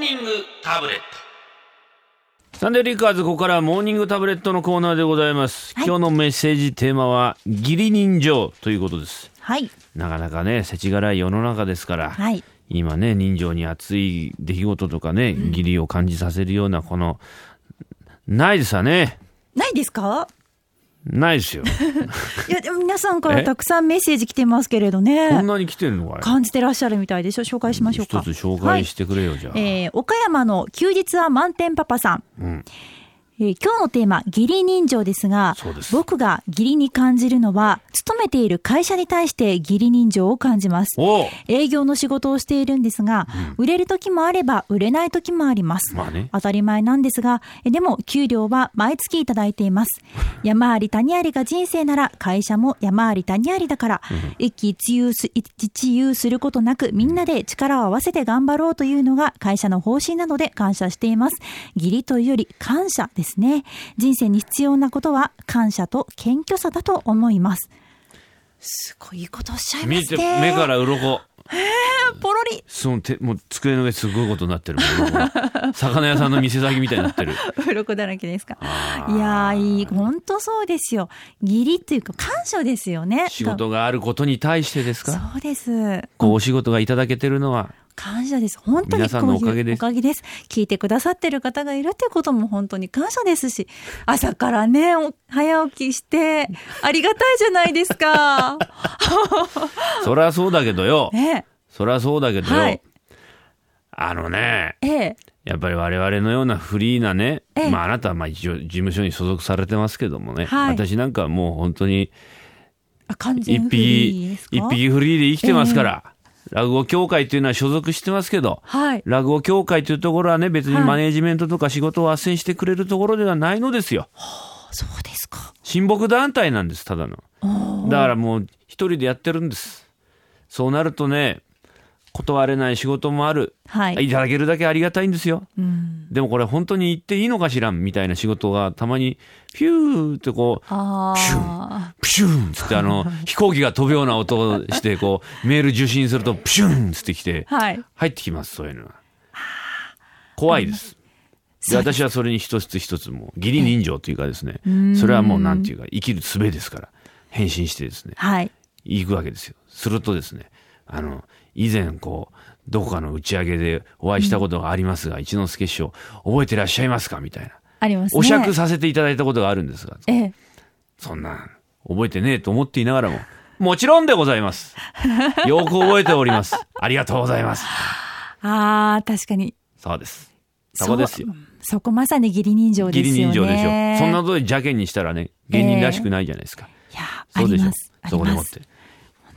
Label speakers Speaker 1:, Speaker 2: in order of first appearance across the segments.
Speaker 1: ニングタブレッ
Speaker 2: サンデーリーカーズここからはモーニングタブレットのコーナーでございます、
Speaker 3: はい
Speaker 2: 今日のメッセージテーマは義理人情ということです
Speaker 3: はい。
Speaker 2: なかなかね世知辛い世の中ですから、
Speaker 3: はい。
Speaker 2: 今ね人情に熱い出来事とかね、義理を感じさせるようなこのないですわね
Speaker 3: ないですか
Speaker 2: ないですよ
Speaker 3: いや、でも皆さんから
Speaker 2: え
Speaker 3: たくさんメッセージ来てますけれど
Speaker 2: こん
Speaker 3: ね。
Speaker 2: なに来てるのかい
Speaker 3: 感じてらっしゃるみたいでしょ紹介しましょう
Speaker 2: 一
Speaker 3: か。
Speaker 2: つ紹
Speaker 3: は
Speaker 2: 介
Speaker 3: い
Speaker 2: してくれよ、じゃあ、
Speaker 3: えー岡山の休日は満点パパさん。
Speaker 2: ん
Speaker 3: えー今日のテーマ、義理人情ですが
Speaker 2: そうです
Speaker 3: 僕が義理に感じるのは、勤めている会社に対して義理人情を感じます。
Speaker 2: おう
Speaker 3: 営業の仕事をしているんですが、売れる時もあれば売れない時もあります。
Speaker 2: まあね
Speaker 3: 当たり前なんですが、えでも給料は毎月いただいています。山あり谷ありが人生なら会社も山あり谷ありだから、一喜一憂す一憂することなくみんなで力を合わせて頑張ろうというのが会社の方針なので感謝しています。義理というより感謝ですね。人生に必要なことは感謝と謙虚さだと思います。すごいいいことおっしゃいま
Speaker 2: 見
Speaker 3: す
Speaker 2: て
Speaker 3: ね。
Speaker 2: 目から鱗
Speaker 3: ポロリ
Speaker 2: その手もう机の上すごいことになってるもん鱗 が魚屋さんの店先みたいになってる
Speaker 3: 鱗だらけですか。いやーいい、本当そうですよ。義理っていうか感謝ですよね。
Speaker 2: 仕事があることに対してです
Speaker 3: そ
Speaker 2: か
Speaker 3: うです。
Speaker 2: こうお仕事がいただけてるのは
Speaker 3: 感謝です。本当に
Speaker 2: 皆さんのおかげ
Speaker 3: こういう
Speaker 2: です
Speaker 3: おかげです。聞いてくださってる方がいるってことも本当に感謝ですし、朝からね、お早起きして、ありがたいじゃないです か。
Speaker 2: そりゃそうだけどよ
Speaker 3: ね
Speaker 2: そりゃそうだけどよ、
Speaker 3: はい
Speaker 2: あのね
Speaker 3: ええ、
Speaker 2: やっぱり我々のようなフリーなね、
Speaker 3: ええ
Speaker 2: まあ、あなたはまあ一応事務所に所属されてますけどもね、
Speaker 3: はい
Speaker 2: 私なんかはもう本当に
Speaker 3: あ完
Speaker 2: 一
Speaker 3: 全フリー
Speaker 2: 匹
Speaker 3: ですか
Speaker 2: 一匹フリーで生きてますから、落語協会というのは所属してますけど、
Speaker 3: はい。
Speaker 2: 落語協会というところはね別に
Speaker 3: はい
Speaker 2: マネージメントとか仕事を斡旋してくれるところではないのですよ
Speaker 3: そうですか。
Speaker 2: 親睦団体なんですただのだからもう一人でやってるんですそうなるとね断れない仕事もある、
Speaker 3: はい。
Speaker 2: いただけるだけありがたいんですよ
Speaker 3: うん、
Speaker 2: でもこれ本当に言っていいのかしらみたいな仕事がたまにピューってこう
Speaker 3: ああ。
Speaker 2: プシューンっつってあ の飛行機が飛ぶような音をしてこうメール受信するとプシューンっつってきて
Speaker 3: はい。
Speaker 2: 入ってきますそういうのは怖いですで
Speaker 3: そう
Speaker 2: 私はそれに一つ一つもう義理人情というかですねそれはもうなんていうか生きる術ですから変身してですね
Speaker 3: はい。
Speaker 2: 行くわけですよするとですねあの以前こうどこかの打ち上げでお会いしたことがありますが、一之輔師匠覚えてらっしゃいますかみたいな
Speaker 3: ありますね。
Speaker 2: お釈させていただいたことがあるんですが
Speaker 3: ええ。
Speaker 2: そんな覚えてねえと思っていながらももちろんでございます よく覚えておりますありがとうございます
Speaker 3: ああ、確かに。
Speaker 2: そうですそこですよ
Speaker 3: そう。そこまさに義理人情
Speaker 2: 義
Speaker 3: で
Speaker 2: 理
Speaker 3: すよ
Speaker 2: 人
Speaker 3: ね。
Speaker 2: 情でしょそんなことで邪険にしたらね芸人らしくないじゃないですか、
Speaker 3: いやー、あ
Speaker 2: そうで
Speaker 3: り
Speaker 2: しょ
Speaker 3: ます。あり
Speaker 2: そこでも
Speaker 3: ま
Speaker 2: っ
Speaker 3: す
Speaker 2: て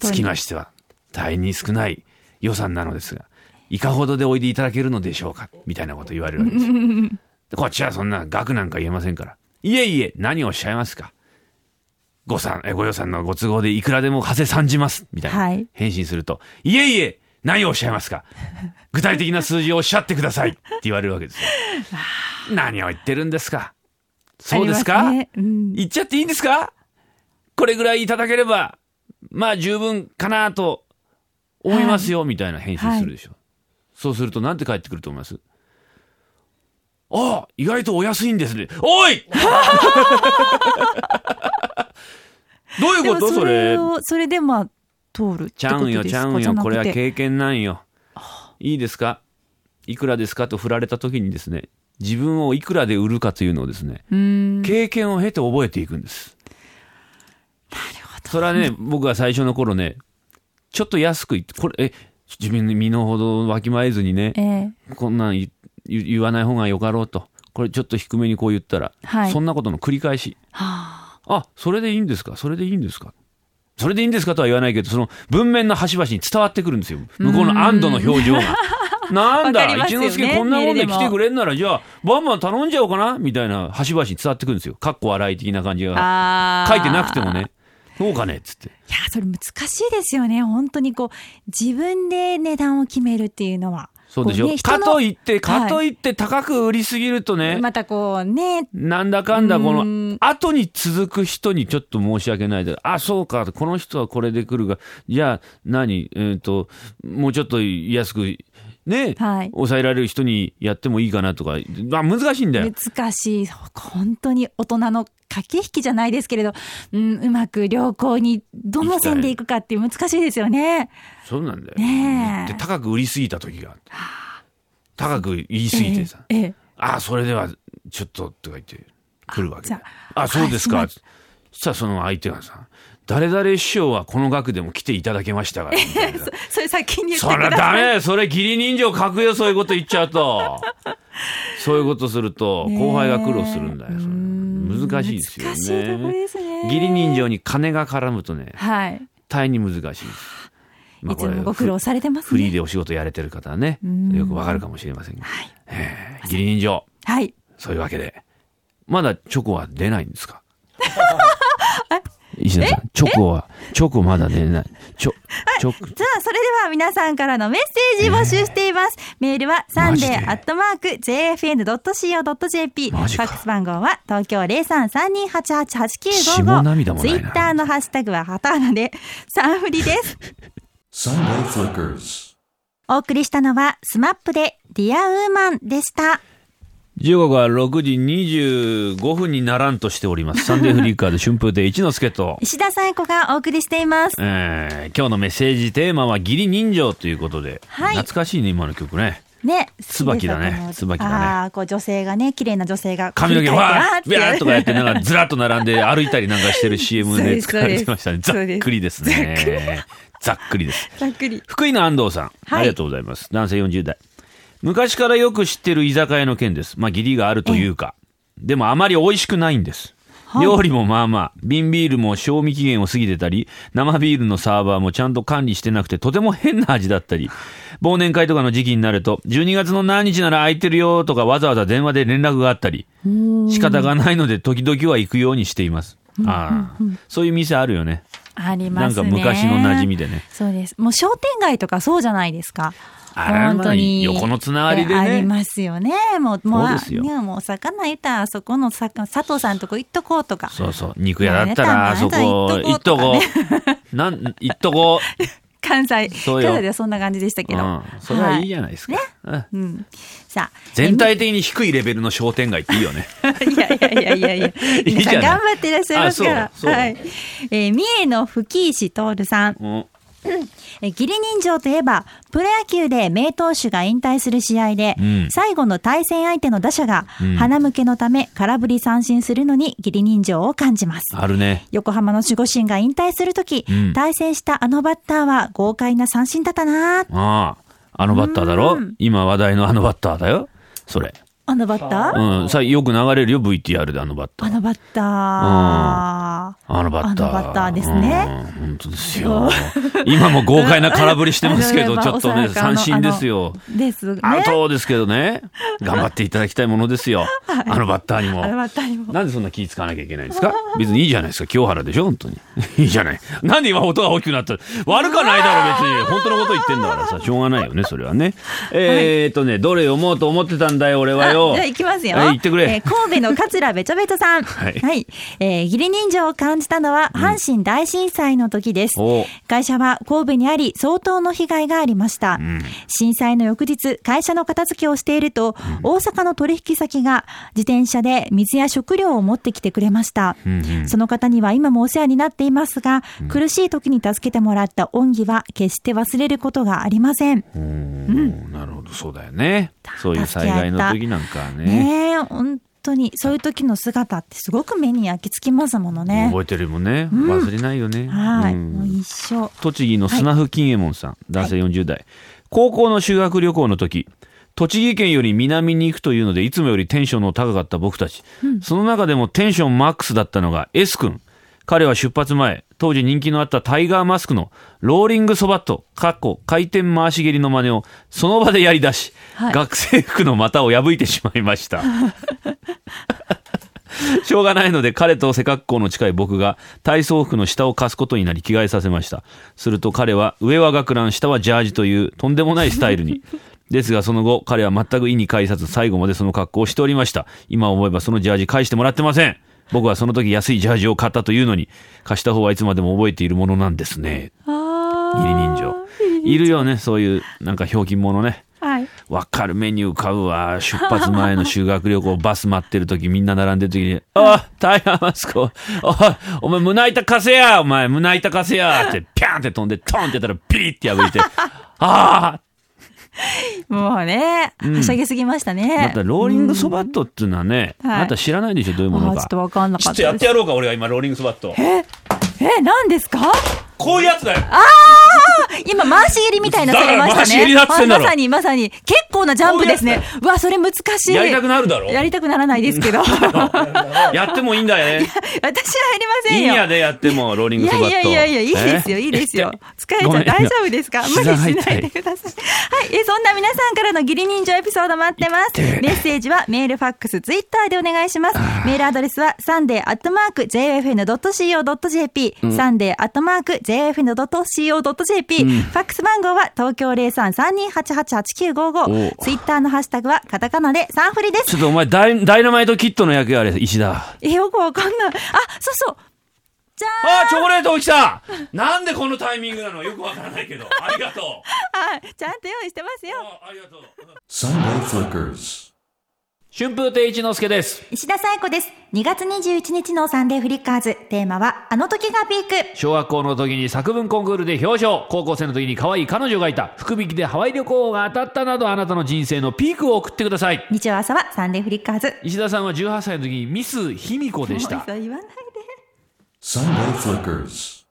Speaker 2: つきましては大変に少ない予算なのですがいかほどでおいでいただけるのでしょうかみたいなこと言われるわけ ですよでこっちはそんな額なんか言えませんからいえいえ何をおっしゃいますかごさんえご予算のご都合でいくらでも馳せ参じますみたいな、
Speaker 3: はい
Speaker 2: 返信するといえいえ何をおっしゃいますか具体的な数字をおっしゃってくださいって言われるわけ ですよ何を言ってるんですかそうです
Speaker 3: あ
Speaker 2: か
Speaker 3: りますねうん
Speaker 2: 言っちゃっていいんですかこれぐらいいただければ、まあ十分かなと思いますよ、みたいな返信するでしょ。そうすると、なんて返ってくると思いますああ、意外とお安いんですね。お いどうい
Speaker 3: で
Speaker 2: うこ
Speaker 3: も
Speaker 2: とそ
Speaker 3: そ
Speaker 2: れ
Speaker 3: れ。を、それでまあ、通るってことですか。
Speaker 2: ちゃうんよ、ちゃうん
Speaker 3: じ
Speaker 2: よ。
Speaker 3: なくて
Speaker 2: これは経験なんよ。いいですかいくらですかと振られた時にですね、自分をいくらで売るかというのをですね、
Speaker 3: うーん。なる
Speaker 2: 経験を経て覚えていくんです。
Speaker 3: ほど。
Speaker 2: それはね、僕が最初の頃ね、ちょっと安く言って、これ、え、自分の身の程わきまえずにね
Speaker 3: え、え
Speaker 2: こんなん言言言わない方がよかろうと、これちょっと低めにこう言ったら、
Speaker 3: はい
Speaker 2: そんなことの繰り返し。
Speaker 3: はあ。
Speaker 2: あ、それでいいんですかそれでいいんですかそれでいいんですかとは言わないけど、その文面の端々に伝わってくるんですよ。向こうの安堵の表情が。なん
Speaker 3: わかり
Speaker 2: だ、
Speaker 3: ます
Speaker 2: 一
Speaker 3: よね
Speaker 2: 之輔こんなもんで
Speaker 3: メールで
Speaker 2: 来
Speaker 3: も
Speaker 2: てくれんなら、じゃあ、バンバン頼んじゃおうかなみたいな端々に伝わってくるんですよ。かっこ笑い的な感じが。
Speaker 3: あー
Speaker 2: 書いてなくても。ね。そうかねっつって。
Speaker 3: いや、それ難しいですよね。本当にこう、自分で値段を決めるっていうのは。
Speaker 2: そうでしょ、
Speaker 3: こね人
Speaker 2: か
Speaker 3: の
Speaker 2: といって、かと
Speaker 3: はい
Speaker 2: って高く売りすぎるとね、
Speaker 3: またこうね、
Speaker 2: なんだかんだこの
Speaker 3: うん
Speaker 2: 後に続く人にちょっと申し訳ないで、あ、そうか、この人はこれで来るが、じゃあ何、えっ、と、もうちょっと安くね、
Speaker 3: はい
Speaker 2: 抑えられる人にやってもいいかなとか、まあ、難しいんだよ。
Speaker 3: 難しい本当に大人の駆け引きじゃないですけれど、うん、うまく良好にどの線でいくかっていう難しいですよね。
Speaker 2: そうなんだよ。
Speaker 3: ねえ
Speaker 2: で高く売りすぎた時があった高く言いすぎてさ、
Speaker 3: ええええ
Speaker 2: ああそれではちょっととか言って来るわけ
Speaker 3: じ
Speaker 2: だ
Speaker 3: ゃ
Speaker 2: あそうですか
Speaker 3: はい
Speaker 2: そしたらその相手がさ「誰々師匠はこの額でも来ていただけましたから」みたいな
Speaker 3: それ先に言って
Speaker 2: そ
Speaker 3: く
Speaker 2: りゃ
Speaker 3: ださい。
Speaker 2: ダメだよそれ義理人情書くよそういうこと言っちゃう とそういうことすると
Speaker 3: ねえ
Speaker 2: 後輩が苦労するんだよそれ
Speaker 3: うん
Speaker 2: 難しいですよね
Speaker 3: 難しいところですね。
Speaker 2: 義理人情に金が絡むとね
Speaker 3: はい。
Speaker 2: 大変に難しいです、
Speaker 3: いつもご苦労されてます
Speaker 2: フリー
Speaker 3: ね。
Speaker 2: でお仕事やれてる方はね
Speaker 3: ん
Speaker 2: よくわかるかもしれませんが、
Speaker 3: はい
Speaker 2: えー義理人情
Speaker 3: はい。
Speaker 2: そういうわけでまだチョコは出ないんです か石田さんチョコはチョコまだ出ないチョチョコ
Speaker 3: さあ、それでは皆さんからのメッセージ募集しています。メールはサ
Speaker 2: マ
Speaker 3: ン
Speaker 2: ジ
Speaker 3: デ
Speaker 2: で
Speaker 3: ーアットマーク JFN.CO.JP。ファ
Speaker 2: マジか
Speaker 3: ックス番号は東京
Speaker 2: 下涙
Speaker 3: 0332888955。
Speaker 2: も
Speaker 3: ツ
Speaker 2: な
Speaker 3: イ
Speaker 2: いな
Speaker 3: ッターのハッシュタグは旗 穴でサンフリです。
Speaker 1: Sunday Flickers.
Speaker 3: お送りしたのはスマップでディアウーマンでした。
Speaker 2: 時刻は6時25分にならんとしておりますサンデーフリーカーで春風亭一之輔と
Speaker 3: 石田紗友子がお送りしています。
Speaker 2: えー今日のメッセージテーマは義理人情ということで、
Speaker 3: はい
Speaker 2: 懐かしいね今の曲ね
Speaker 3: ね。
Speaker 2: 椿だね
Speaker 3: 好きです
Speaker 2: 椿だね
Speaker 3: ああ、こう女性がね、綺麗な女性が
Speaker 2: 髪の毛
Speaker 3: 振り返って
Speaker 2: わー
Speaker 3: あ
Speaker 2: っビャー
Speaker 3: ー
Speaker 2: っとかやってなんかずらっと並んで歩いたりなんかしてる CM
Speaker 3: そう
Speaker 2: で
Speaker 3: です
Speaker 2: 使われてましたねざ
Speaker 3: そう
Speaker 2: っ
Speaker 3: です
Speaker 2: くりですねざっくりです
Speaker 3: ざっくり。
Speaker 2: 福井の安藤さん、
Speaker 3: はい
Speaker 2: ありがとうございます男性40代昔からよく知ってる居酒屋の件ですまあ義理があるというかでもあまり美味しくないんです
Speaker 3: はい
Speaker 2: 料理もまあまあ瓶ビールも賞味期限を過ぎてたり生ビールのサーバーもちゃんと管理してなくてとても変な味だったり忘年会とかの時期になると12月の何日なら空いてるよとかわざわざ電話で連絡があったり仕方がないので時々は行くようにしていますああそういう店あるよね
Speaker 3: ありますね。
Speaker 2: なんか昔の馴染みでね。
Speaker 3: そうです。もう商店街とかそうじゃないですか。
Speaker 2: あら
Speaker 3: 本当に。
Speaker 2: まあ横のつながりでね
Speaker 3: ありますよね。もう、もう、
Speaker 2: そうで
Speaker 3: あ
Speaker 2: すよ
Speaker 3: ね、もう魚いたらあそこのさ佐藤さんとこ行っとこうとか。
Speaker 2: そうそう肉屋だったらあそこ行
Speaker 3: 行
Speaker 2: っ
Speaker 3: っ
Speaker 2: と
Speaker 3: と
Speaker 2: こ
Speaker 3: こ
Speaker 2: うなん行っとこう
Speaker 3: 関西、
Speaker 2: そ
Speaker 3: 関
Speaker 2: うよ
Speaker 3: 西ではそんな感じで したけど。
Speaker 2: うんそれはいいじ
Speaker 3: ゃ
Speaker 2: ゃないですか、うん
Speaker 3: ん。うん。さあ。
Speaker 2: 全体的に低いレベルの商店街っていいよね
Speaker 3: いやいやいやいやいや。
Speaker 2: いい
Speaker 3: 皆
Speaker 2: じ
Speaker 3: さ
Speaker 2: ゃな
Speaker 3: ん
Speaker 2: い
Speaker 3: 頑張っていらっしゃいますから
Speaker 2: あ。そうそう
Speaker 3: はい。えー三重の吹石徹さん。
Speaker 2: うん
Speaker 3: え義理人情といえばプロ野球で名投手が引退する試合で、
Speaker 2: うん
Speaker 3: 最後の対戦相手の打者が、
Speaker 2: うん
Speaker 3: 花向けのため空振り三振するのに義理人情を感じます。
Speaker 2: あるね
Speaker 3: 横浜の守護神が引退するとき、
Speaker 2: うん
Speaker 3: 対戦したあのバッターは豪快な三振だったなぁ
Speaker 2: あああのバッターだろ今話題のあのバッターだよそれ
Speaker 3: あのバッター、
Speaker 2: うんさよく流れるよ VTR であのバッタ
Speaker 3: あ
Speaker 2: ー
Speaker 3: のバッター。
Speaker 2: あのバッター
Speaker 3: あのバッターですね
Speaker 2: うん本当ですよ今も豪快な空振りしてますけ
Speaker 3: あ
Speaker 2: ど
Speaker 3: の
Speaker 2: ちょっと
Speaker 3: まあ
Speaker 2: ね
Speaker 3: おそらくあ
Speaker 2: 三振
Speaker 3: の
Speaker 2: ですよ
Speaker 3: あのですね。
Speaker 2: アウトですけどね頑張っていただきたいものです よ、あのバッターにも
Speaker 3: あのバッターにも。
Speaker 2: なんでそんな気ぃ使わなきゃいけないんですか別にいいじゃないですか清原でしょ本当に いいじゃないなんで今音が大きくなった悪かないだろ別に本当のこと言ってんだからさしょうがないよねそれは ねえー、っとねどれ読もうと思ってたんだよ俺はよ
Speaker 3: あじゃあ行きますよ。
Speaker 2: はい行ってくれ
Speaker 3: えー神戸の桂べちょべちょさ ん。
Speaker 2: はい
Speaker 3: えー義理人情を感じたのは阪神大震災の時です。
Speaker 2: おう
Speaker 3: 会社は神戸にあり相当の被害がありました、震災の翌日会社の片付けをしていると、大阪の取引先が自転車で水や食料を持ってきてくれました、その方には今もお世話になっていますが、苦しい時に助けてもらった恩義は決して忘れることがありません
Speaker 2: うーんなるほどそうだよねそういう災害の時なんかはね
Speaker 3: ねえ本当にそういう時の姿ってすごく目に焼き付きますものね
Speaker 2: 覚えてるもんね忘れないよね、
Speaker 3: はい、
Speaker 2: うん
Speaker 3: もう一生
Speaker 2: 栃木のスナフ金右衛門さん、男性40代、高校の修学旅行の時栃木県より南に行くというのでいつもよりテンションの高かった僕たち、その中でもテンションマックスだったのが S 君彼は出発前当時人気のあったタイガーマスクのローリングそばとかっこ回転回し蹴りの真似をその場でやり出し、
Speaker 3: はい
Speaker 2: 学生服の股を破いてしまいま したしょうがないので彼と背格好の近い僕が体操服の下を貸すことになり着替えさせました。すると彼は上は学ラン、下はジャージというとんでもないスタイルに。ですがその後彼は全く意に介さず最後までその格好をしておりました。今思えばそのジャージ返してもらってません。僕はその時安いジャージを買ったというのに貸した方はいつまでも覚えているものなんですね。義理人情。いるよね、そういうなんかひょうきん者ね。
Speaker 3: はい。
Speaker 2: わかるメニュー買うわ。出発前の修学旅行、 バス待ってる時、みんな並んでる時に、あ、タイガーマスコ、あ、お前胸板貸せや、お前胸板貸せや、って、ピャンって飛んで、トンってやったら、ピリって破いて、 ああ
Speaker 3: もうね、はしゃぎすぎましたね。
Speaker 2: またローリングソバットっていうのはね、
Speaker 3: うんはい
Speaker 2: また知らないでしょ、どういうも
Speaker 3: あ
Speaker 2: の
Speaker 3: ー
Speaker 2: か。
Speaker 3: ちょっとわかんな
Speaker 2: ち
Speaker 3: か
Speaker 2: ょ
Speaker 3: っ
Speaker 2: っと
Speaker 3: た
Speaker 2: や
Speaker 3: で
Speaker 2: っ
Speaker 3: す
Speaker 2: て。やろうか、俺は今、ローリングソバット。
Speaker 3: え、何ですか
Speaker 2: こういうやつだよ。
Speaker 3: 今、回し蹴りみたいな
Speaker 2: だ
Speaker 3: さ
Speaker 2: から
Speaker 3: れましたね。
Speaker 2: 回し蹴りだっつってんだろ
Speaker 3: まさに、まさに。結構なジャンプですね
Speaker 2: こ。
Speaker 3: うわ、それ難しい。
Speaker 2: やりたくなるだろ
Speaker 3: やりたくならないですけど。私は
Speaker 2: やってもいいんだよね。
Speaker 3: やりま
Speaker 2: い
Speaker 3: せん
Speaker 2: い
Speaker 3: よ。
Speaker 2: んやでやっても、ローリン
Speaker 3: い
Speaker 2: グ
Speaker 3: や
Speaker 2: ソバッ
Speaker 3: い
Speaker 2: ト。
Speaker 3: やいやいや、いいですよ、
Speaker 2: え
Speaker 3: いいですよ。疲れちゃ
Speaker 2: ご
Speaker 3: う
Speaker 2: めん
Speaker 3: 大丈夫ですか無
Speaker 2: 膝
Speaker 3: 理
Speaker 2: 入
Speaker 3: し
Speaker 2: っ
Speaker 3: な
Speaker 2: た
Speaker 3: いでください。はい、えそんな皆さんからの義理人情エピソード待ってます。
Speaker 2: 言って
Speaker 3: メッセージはメール、ファックス、ツイッターでお願いします。メールアドレスはサンデーアットマーク JFN.CO.JP、サンデーアットマーク JFN.CO.JP、ファックス番号は東京0332888955、ツイッターのハッシュタグはカタカナでサンフリです
Speaker 2: ちょ。っとお前ダイ、ダイナマイトキットの役割、石だ。
Speaker 3: え、よくわかんない。あ、そうそう。じゃーん
Speaker 2: あーチョコレート起きたなんでこのタイミングなのよくわからないけど。ありがとう。
Speaker 3: はい、ちゃんと用意してますよ。
Speaker 2: あありがとう。
Speaker 1: Sunday Flickers.
Speaker 2: 春風亭一之輔です。
Speaker 3: 石田紗友子です。2月21日のサンデーフリッカーズ、テーマは、あの時がピーク。
Speaker 2: 小学校の時に作文コンクールで表彰。高校生の時に可愛い彼女がいた。福引きでハワイ旅行が当たったなど、あなたの人生のピークを送ってください。
Speaker 3: 日曜朝はサンデーフリッカーズ。
Speaker 2: 石田さんは18歳の時にミス卑弥呼でした
Speaker 3: もう。そう言わないで。
Speaker 1: Sunday Flickers.